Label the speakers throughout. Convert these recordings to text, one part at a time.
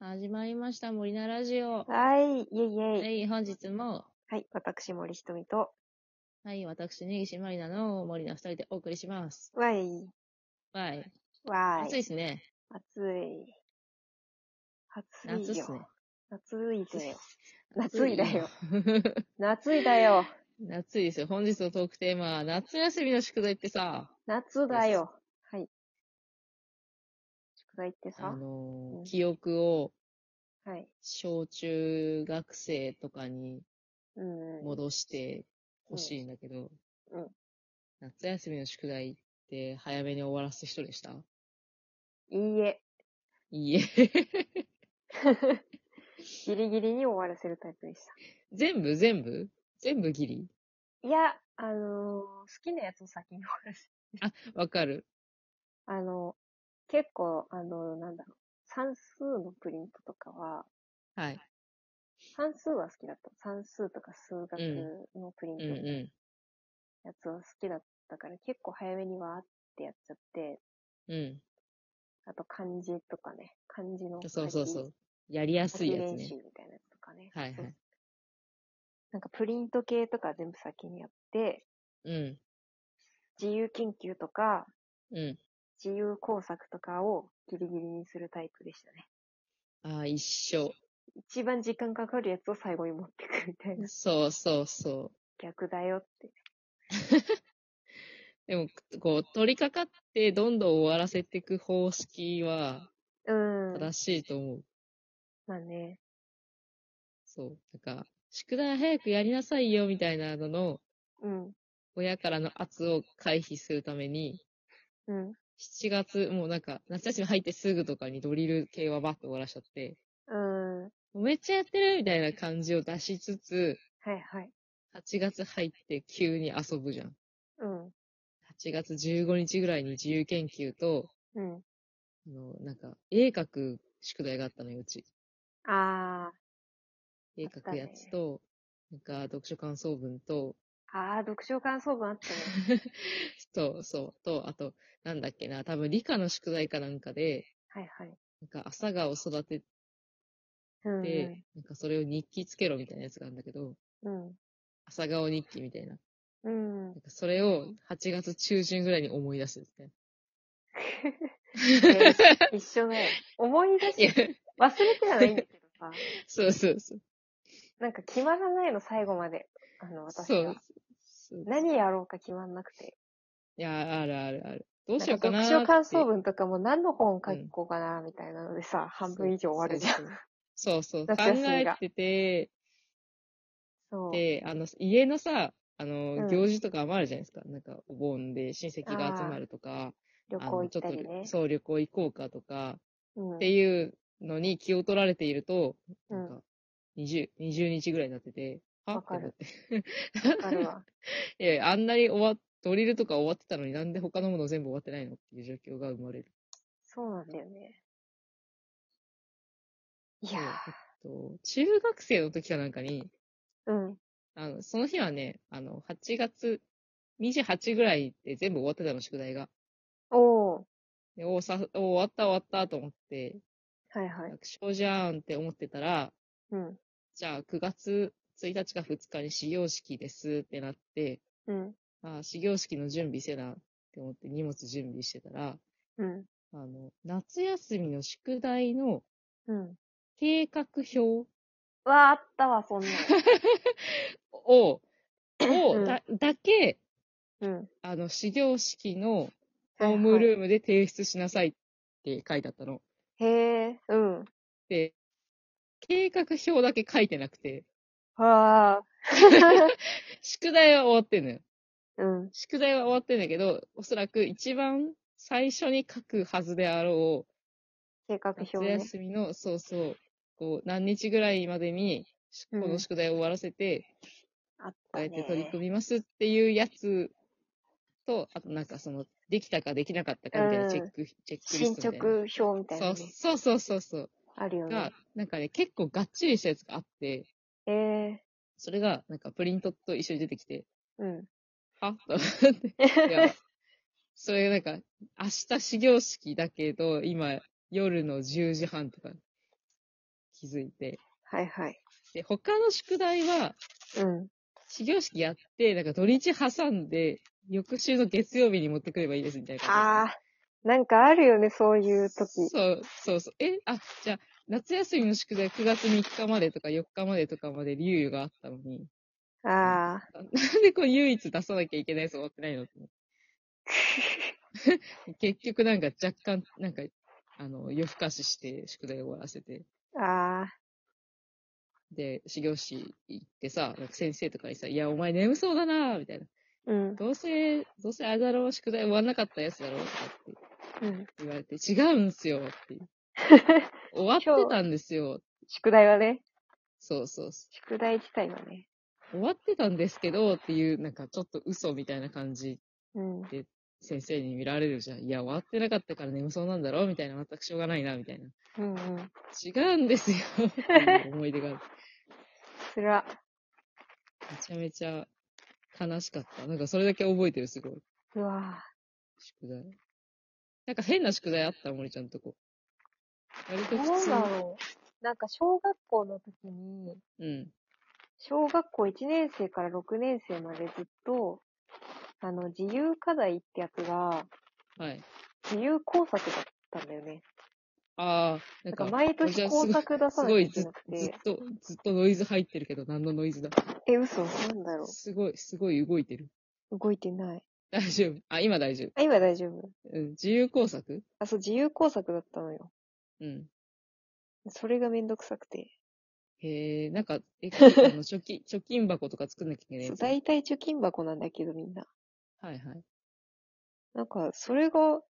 Speaker 1: 始まりました、森菜ラジオ。
Speaker 2: はい、イェイイェイ。
Speaker 1: はい、本日も、
Speaker 2: はい、私、森ひとみと、
Speaker 1: はい、私、根岸まりなの森菜二人でお送りします。
Speaker 2: わい、
Speaker 1: はい。
Speaker 2: わ
Speaker 1: 暑いで
Speaker 2: ーい。
Speaker 1: すね。
Speaker 2: 暑い。暑
Speaker 1: 夏っ
Speaker 2: い
Speaker 1: す
Speaker 2: よ
Speaker 1: ね。。
Speaker 2: 暑い ぜよ。夏いだよ。
Speaker 1: 暑いよ。
Speaker 2: 夏いだよ。
Speaker 1: 夏いですよ。本日のトークテーマ、夏休みの宿題ってさ、
Speaker 2: 夏だよ。はい。宿題って
Speaker 1: あ
Speaker 2: さ、
Speaker 1: の
Speaker 2: うん
Speaker 1: ー、記憶を
Speaker 2: はい。
Speaker 1: 小中学生とかに
Speaker 2: うん。
Speaker 1: 戻してほしいんだけど、
Speaker 2: うんうん
Speaker 1: 夏休みの宿題って早めに終わらせる人でした
Speaker 2: いいえ。
Speaker 1: いいえ。
Speaker 2: ギリギリに終わらせるタイプでし
Speaker 1: 全部全部全部ギリ
Speaker 2: た。いや、あのー好きなやつを先に終わらせる。
Speaker 1: わかる。
Speaker 2: あの、結構、あの、なんだろう。算数のプリントとかは、
Speaker 1: はい。
Speaker 2: 算数は好きだった。算数とか数学のプリン
Speaker 1: うん
Speaker 2: トの
Speaker 1: う
Speaker 2: やつは好きだったから、結構早めにわーってやっちゃって、
Speaker 1: ん。う
Speaker 2: あと漢字とかね、漢字の
Speaker 1: ん。そうそうそ
Speaker 2: 書
Speaker 1: う。やりや
Speaker 2: き
Speaker 1: すいやつ
Speaker 2: 練習
Speaker 1: ね。
Speaker 2: みたいなやつとかね。
Speaker 1: はい
Speaker 2: そ
Speaker 1: は
Speaker 2: う
Speaker 1: い。
Speaker 2: なんかプリント系とか全部先にやって、
Speaker 1: う
Speaker 2: 自由研究とか、
Speaker 1: ん。う
Speaker 2: 自由工作とかをギリギリにするタイプでしたね。
Speaker 1: ん。ああ、一緒。
Speaker 2: 一番時間かかるやつを最後に持ってくみたいな。
Speaker 1: そうそうそう。
Speaker 2: 逆だよって。
Speaker 1: でも、こう、取り掛かってどんどん終わらせていく方式は
Speaker 2: うん。
Speaker 1: 正しいと思う。
Speaker 2: まあね。
Speaker 1: そう。なんか、宿題早くやりなさいよみたいなのの、
Speaker 2: うん。
Speaker 1: 親からの圧を回避するために、
Speaker 2: うん。
Speaker 1: 7月、もうなんか、夏休み入ってすぐとかにドリル系はバッと終わらしちゃって、
Speaker 2: うん。は
Speaker 1: めっちゃやってるみたいな感じを出しつつ、
Speaker 2: いはい。
Speaker 1: 8月入って急に遊ぶじゃん。
Speaker 2: うん。
Speaker 1: 8月15日ぐらいに自由研究と、
Speaker 2: うん。
Speaker 1: あの、なんか、絵描く宿題があったのよ、うち。
Speaker 2: あ
Speaker 1: 絵描くやつと、なんか、読書感想文と、
Speaker 2: あ、ああ、読書感想文あった ね。
Speaker 1: そう、そう、と、あと、なんだっけな、多分理科の宿題かなんかで、
Speaker 2: はいはい。
Speaker 1: なんか、朝顔を育て
Speaker 2: うん
Speaker 1: て、なんかそれを日記つけろみたいなやつがあるんだけど、
Speaker 2: うん。
Speaker 1: 朝顔日記みたいな。
Speaker 2: うん。 う
Speaker 1: な
Speaker 2: ん
Speaker 1: ん。かそれを8月中旬ぐらいに思い出すんですね。
Speaker 2: えー一緒だよ。思い出
Speaker 1: いや
Speaker 2: し、、忘れてはないんだけどさ、
Speaker 1: そうそうそう。
Speaker 2: なんか決まらないの、最後まで。あの、私
Speaker 1: そう
Speaker 2: は。
Speaker 1: そう。
Speaker 2: 何やろうか決まんなくて。
Speaker 1: いや、あるあるある。ど
Speaker 2: ど
Speaker 1: うしようかなーって。
Speaker 2: 読書感想文とかも何の本書こうかな、みたいなのでさ、半分以上終わるじゃん。
Speaker 1: ん。そうそう。考
Speaker 2: 夏休み
Speaker 1: え
Speaker 2: が
Speaker 1: てて、
Speaker 2: そう。
Speaker 1: で、あの、家のさ、あの
Speaker 2: う、ん
Speaker 1: 行事とかもあるじゃないですか。なんか、お盆で親戚が集まるとか、
Speaker 2: 旅
Speaker 1: あ
Speaker 2: 行行
Speaker 1: の、
Speaker 2: っ
Speaker 1: ちょったと
Speaker 2: りね、。
Speaker 1: そう、旅行行こうかとか、
Speaker 2: うん
Speaker 1: っていうのに気を取られていると、
Speaker 2: う
Speaker 1: なん
Speaker 2: ん
Speaker 1: か、20、20日ぐらいになってて、は
Speaker 2: わかる
Speaker 1: って
Speaker 2: わかる わ。
Speaker 1: いやいや、あんなに終わっ、ドリルとか終わってたのになんで他のもの全部終わってないのっていう状況が生まれる。
Speaker 2: そうなんだよね。いや
Speaker 1: と中学生の時かなんかに、
Speaker 2: ー、うん。
Speaker 1: あの、その日はね、あの、8月28ぐらいで全部終わってたの、宿題が。
Speaker 2: おー。
Speaker 1: で、おさ、お終わった終わったと思って、
Speaker 2: はいはい。
Speaker 1: 楽勝じゃーんって思ってたら、
Speaker 2: うん。
Speaker 1: じゃあ9月1日か2日に始業式ですってなって、
Speaker 2: うん。
Speaker 1: あー始業式の準備せなって思って荷物準備してたら、
Speaker 2: うん。
Speaker 1: あの、夏休みの宿題の
Speaker 2: うん。
Speaker 1: 計画表
Speaker 2: わあ、あったわ、そんな の。
Speaker 1: を、
Speaker 2: う
Speaker 1: を
Speaker 2: ん
Speaker 1: だ、 だけ、
Speaker 2: うん。
Speaker 1: あの、始業式のホ
Speaker 2: はい
Speaker 1: ームルームで提出しなさいって書いてあったの。
Speaker 2: へえ、うん。
Speaker 1: で、計画表だけ書いてなくて、
Speaker 2: わあ。
Speaker 1: 宿題は終わってんのよ。
Speaker 2: うん。
Speaker 1: 宿題は終わってんだけど、おそらく一番最初に書くはずであろう、
Speaker 2: 計画表
Speaker 1: 夏
Speaker 2: ね。
Speaker 1: 休みの、そうそう、こう、何日ぐらいまでに、しこ
Speaker 2: うん
Speaker 1: の宿題を終わらせて、
Speaker 2: あっ
Speaker 1: こ
Speaker 2: た
Speaker 1: うやって取り
Speaker 2: ね。
Speaker 1: 組みますっていうやつと、あとなんかその、できたかできなかったかみたいなチェック、チェックリ
Speaker 2: 進
Speaker 1: スト
Speaker 2: 捗
Speaker 1: みたいな。
Speaker 2: 表みたいな
Speaker 1: そ
Speaker 2: の
Speaker 1: う
Speaker 2: ね。
Speaker 1: そうそうそうそう。
Speaker 2: あるよ
Speaker 1: が
Speaker 2: ね。、
Speaker 1: なんかね、結構がっちりしたやつがあって、
Speaker 2: へえ、
Speaker 1: それが、なんかプリントと一緒に出てきて、
Speaker 2: うん。
Speaker 1: あと思って、い やそれなんか、明日始業式だけど、今、夜の10時半とか、気づいて。
Speaker 2: はいはい。
Speaker 1: で、他の宿題は、
Speaker 2: うん。
Speaker 1: 始業式やって、なんか土日挟んで、翌週の月曜日に持ってくればいいですみたいな感
Speaker 2: ああ、なんかあるよね、そういう
Speaker 1: じで
Speaker 2: 時
Speaker 1: す。。そう、そうそう。え、あ、じゃあ、夏休みの宿題9月3日までとか4日までとかまで猶予があったのに、
Speaker 2: ああ、
Speaker 1: なんでこう唯一出さなきゃいけないやつ持ってないのって思って。結局なんか若干、なんか、あの、夜更かしして宿題を終わらせて。
Speaker 2: ああ、
Speaker 1: で、始業式行ってさ、なんか先生とかにさ、いや、お前眠そうだなみたいな。
Speaker 2: うん。
Speaker 1: どうせ、どうせあれだろう、宿題終わんなかったやつだろうとかって
Speaker 2: うん、
Speaker 1: 言われて、違うんすよっていう。終わってたんですよ。
Speaker 2: 宿題はね、
Speaker 1: そうそうそ
Speaker 2: 宿題自体はね。
Speaker 1: う。終わってたんですけど、っていう、なんかちょっと嘘みたいな感じ、
Speaker 2: うん。
Speaker 1: 先生に見られるじゃん。いや、終わってなかったから眠そうなんだろうみたいな、全くしょうがないな、みたいな。
Speaker 2: うんうん。
Speaker 1: 違うんですよ。っていう思い出がある。
Speaker 2: それは、
Speaker 1: めちゃめちゃ悲しかった。なんかそれだけ覚えてる、すごい。
Speaker 2: うわ
Speaker 1: 宿題。なんか変な宿題あった森ちゃんとこ。割と
Speaker 2: ぁ。
Speaker 1: 普
Speaker 2: どう
Speaker 1: 通。
Speaker 2: だろう。なんか小学校の時に、
Speaker 1: うん。
Speaker 2: 小学校1年生から6年生までずっと、あの、自由課題ってやつが、
Speaker 1: はい。
Speaker 2: 自由工作だったんだよね。
Speaker 1: ああ、な
Speaker 2: なんんか
Speaker 1: か、
Speaker 2: 毎年工作出
Speaker 1: す
Speaker 2: さなきゃ
Speaker 1: ごい
Speaker 2: いけ
Speaker 1: ず
Speaker 2: なく。
Speaker 1: ずってと、ずっとノイズ入ってるけど、何のノイズだ。
Speaker 2: え、嘘なんだろ
Speaker 1: すごい、すごい動いてる。
Speaker 2: う。動いてない。
Speaker 1: 大丈夫。あ、今大丈夫。
Speaker 2: あ、今大丈夫。
Speaker 1: うん。自由工作
Speaker 2: あ、そう、自由工作だったのよ。
Speaker 1: うん。
Speaker 2: それがめんどくさくて。
Speaker 1: へえ、なんか、え、結構あの貯金、 貯金箱とか作んなきゃいけない
Speaker 2: そう、
Speaker 1: やつ。
Speaker 2: 大体貯金箱なんだけどみんな。
Speaker 1: はいはい。
Speaker 2: なんか、それが、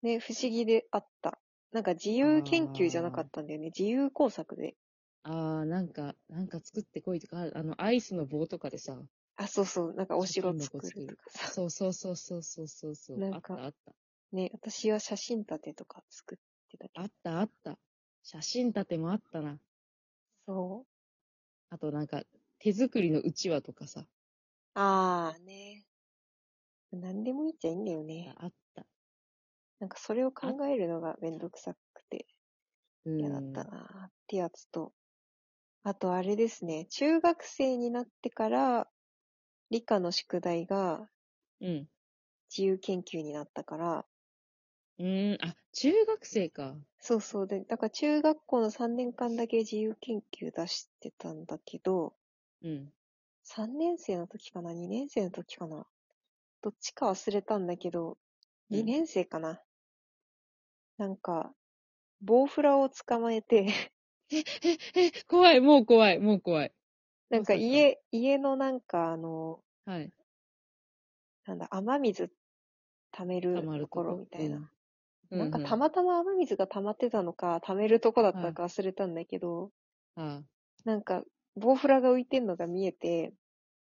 Speaker 2: ね、不思議であった。なんか自由研究じゃなかったんだよね。自由工作で。
Speaker 1: ああ、なんか、なんか作ってこいとかある、あの、アイスの棒とかでさ、
Speaker 2: あ、そうそう、なんかお城
Speaker 1: 貯金箱
Speaker 2: 作るとかさ。
Speaker 1: そうそうそうそうそうそうそう。
Speaker 2: な
Speaker 1: あ
Speaker 2: ん
Speaker 1: っ
Speaker 2: か
Speaker 1: たあった。
Speaker 2: ね、私は写真立てとか作ってたけ
Speaker 1: あ
Speaker 2: ど。
Speaker 1: ったあった。写真立てもあったな。
Speaker 2: そう。
Speaker 1: あとなんか、手作りのうちわとかさ、
Speaker 2: あーね。なんでもいいっちゃいいんだよね。
Speaker 1: あった。
Speaker 2: なんかそれを考えるのがめんどくさくて
Speaker 1: うん
Speaker 2: 嫌だったなーってやつと。あとあれですね、中学生になってから理科の宿題が
Speaker 1: うん。
Speaker 2: 自由研究になったから、
Speaker 1: うーん、あ、中学生か。
Speaker 2: そうそうで、だから中学校の3年間だけ自由研究出してたんだけど、
Speaker 1: うん。
Speaker 2: 3年生の時かな ?2 年生の時かなどっちか忘れたんだけど、
Speaker 1: うん
Speaker 2: 2年生かな、なんか、棒フラを捕まえて、
Speaker 1: え、え、怖い、もう怖い、もう怖い。
Speaker 2: なんか
Speaker 1: どうされた
Speaker 2: 家、家のなんかあの、
Speaker 1: はい。
Speaker 2: なんだ、雨水溜める
Speaker 1: たまると
Speaker 2: とこ
Speaker 1: こ
Speaker 2: ろみたいな。。
Speaker 1: うん、
Speaker 2: なんか
Speaker 1: う
Speaker 2: たまたま雨水が溜まってたのか、溜めるとこだった
Speaker 1: はい
Speaker 2: か忘れたんだけど、
Speaker 1: あ
Speaker 2: なんか、棒フラが浮いてんのが見えて、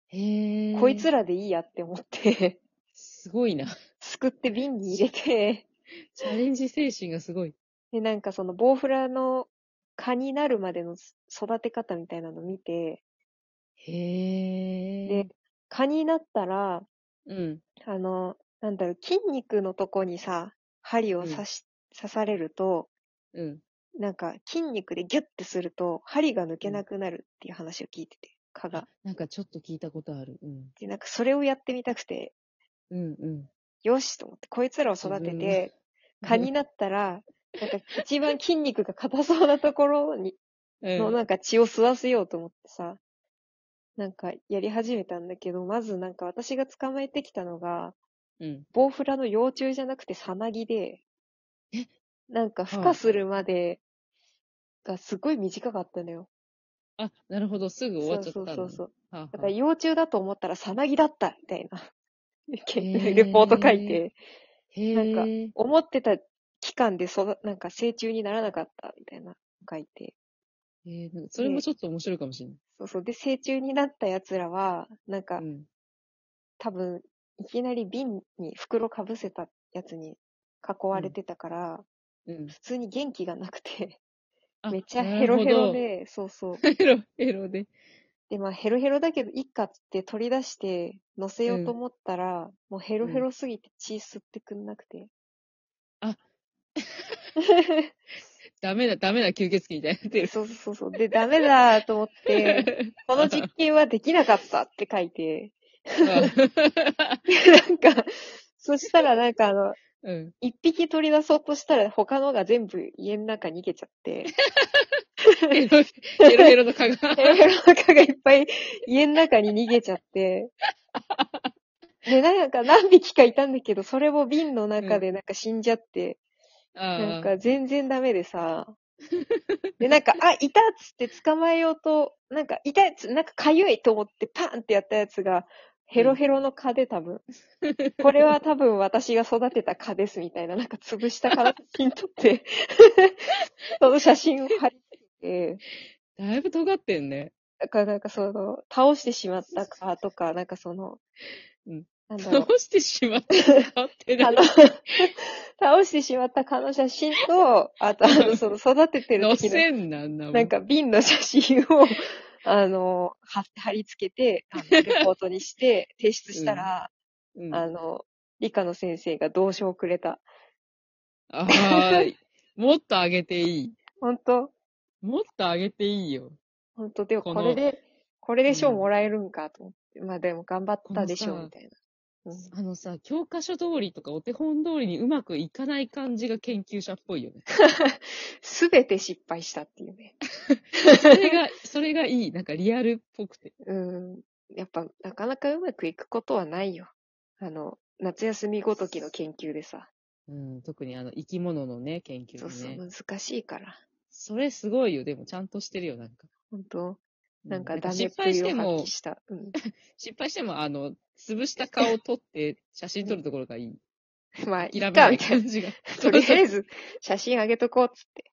Speaker 1: へえ。
Speaker 2: こいつらでいいやって思って、
Speaker 1: すごいな。
Speaker 2: すくって瓶に入れて、
Speaker 1: チャレンジ精神がすごい。
Speaker 2: で、なんかその棒フラの蚊になるまでの育て方みたいなの見て、
Speaker 1: へえ
Speaker 2: で。、蚊になったら、
Speaker 1: うん。
Speaker 2: あの、なんだろう、筋肉のとこにさ、針を刺し、刺されると、
Speaker 1: うん。
Speaker 2: なんか筋肉でギュッてすると、針が抜けなくなるっていう話を聞いてて、蚊が
Speaker 1: あ。、なんかちょっと聞いたことある。うん。
Speaker 2: で、なんかそれをやってみたくて、
Speaker 1: うんうん。
Speaker 2: よしと思って、こいつらを育
Speaker 1: 自
Speaker 2: て
Speaker 1: 分の
Speaker 2: て、蚊になったら、なんか一番筋肉が硬そうなところに、
Speaker 1: うん
Speaker 2: のなんか血を吸わせようと思ってさ、なんかやり始めたんだけど、まずなんか私が捕まえてきたのが、
Speaker 1: うん。
Speaker 2: ボウフラの幼虫じゃなくてサナギで、
Speaker 1: え
Speaker 2: なんか孵化するまでがすごい短かったのよ。
Speaker 1: あ、なるほど。すぐ終わっちゃった
Speaker 2: そ
Speaker 1: ん
Speaker 2: う
Speaker 1: だ。
Speaker 2: そうそう。
Speaker 1: はあはあ
Speaker 2: だから幼虫だと思ったらサナギだった、みたいな。
Speaker 1: ー
Speaker 2: レポート書いて、
Speaker 1: へ
Speaker 2: なんか
Speaker 1: え。
Speaker 2: 思ってた期間でそなんか成虫にならなかった、みたいなの書いて。
Speaker 1: えー、なんかそれもちょっと面白いかもしれない。
Speaker 2: そうそう。で、成虫になった奴らは、なんか
Speaker 1: うん、
Speaker 2: 多分、いきなり瓶に袋かぶせたやつに囲われてたから、
Speaker 1: うん。
Speaker 2: 普通に元気がなくて、
Speaker 1: あ
Speaker 2: めっちゃヘロヘロ。で、そうそう。
Speaker 1: なるほどヘロヘロで。
Speaker 2: で、まあヘロヘロだけど、いっかっつって取り出して乗せようと思ったら、もうヘロヘロすぎて血吸ってくんなくて。
Speaker 1: あダメだ、ダメだ、吸血鬼みたいになってる。
Speaker 2: そうそうそうそう。 で、ダメだと思って、この実験はできなかったって書いて、 なんか、そしたらなんかあの、
Speaker 1: うん。
Speaker 2: 一匹取り出そうとしたら他のが全部家の中逃げちゃって、
Speaker 1: ヘロヘロヘロの蚊が
Speaker 2: 部。屋の中がいっぱい家の中に逃げちゃって、で、なんか何匹かいたんだけど、それも瓶の中でなんか死んじゃって、な
Speaker 1: あ
Speaker 2: ん
Speaker 1: あ
Speaker 2: か全然ダメで さ、で、なんか、あ、いたっつって捕まえようと、なんか、いたっつ、なんかかゆいと思ってパンってやったやつが、ヘロヘロの蚊で多分。これは多分私が育てた蚊ですみたいな、なんか潰した蚊の写真撮 って、その写真を貼り付けて、
Speaker 1: だいぶ尖ってんね。
Speaker 2: だからなんかその、倒してしまった蚊とか、なんかその、
Speaker 1: うん
Speaker 2: なんだろ
Speaker 1: ど
Speaker 2: う。
Speaker 1: うしてしまったってな。
Speaker 2: あの、倒してしまった蚊の写真と、あと、あの、その、育ててる
Speaker 1: 乗
Speaker 2: 時の
Speaker 1: せんな、あんなもん。
Speaker 2: なんか瓶の写真を、あの、貼貼り付けて、あのレポート にして、提出したら、
Speaker 1: うん、
Speaker 2: あの、理科の先生が同賞をくれた。
Speaker 1: あーもっと上げていい。
Speaker 2: 本当
Speaker 1: もっと上げていいよ。
Speaker 2: 本当でも
Speaker 1: こ
Speaker 2: こ
Speaker 1: の
Speaker 2: れで、これで賞
Speaker 1: うん
Speaker 2: もらえるんかと思って、まあでも頑張ったでしょ
Speaker 1: このさ
Speaker 2: う、みたいな。うん
Speaker 1: あのさ、教科書通りとかお手本通りにうまくいかない感じが研究者っぽい よね。
Speaker 2: すべて失敗したっていうね。
Speaker 1: それが、それがいい。なんかリアルっぽくて。
Speaker 2: うん。やっぱ、なかなかうまくいくことはないよ。あの、夏休みごときの研究でさ。
Speaker 1: うん、特にあの、生き物のね、研究
Speaker 2: そ
Speaker 1: の
Speaker 2: うそう、
Speaker 1: ね。
Speaker 2: 難しいから。
Speaker 1: それすごいよ。でも、ちゃんとしてるよ、なんか。
Speaker 2: 本当
Speaker 1: う
Speaker 2: なんかダメっ
Speaker 1: 失
Speaker 2: ぷ
Speaker 1: 敗し
Speaker 2: りを
Speaker 1: て
Speaker 2: 発
Speaker 1: も
Speaker 2: 揮、した。うん。
Speaker 1: 失敗しても、あの、潰した顔を撮って、写真撮るところがいい。
Speaker 2: まあ、い
Speaker 1: 諦め
Speaker 2: っか、
Speaker 1: ない
Speaker 2: みたい
Speaker 1: 感じが。
Speaker 2: な。とりあえず、写真あげとこうっつって。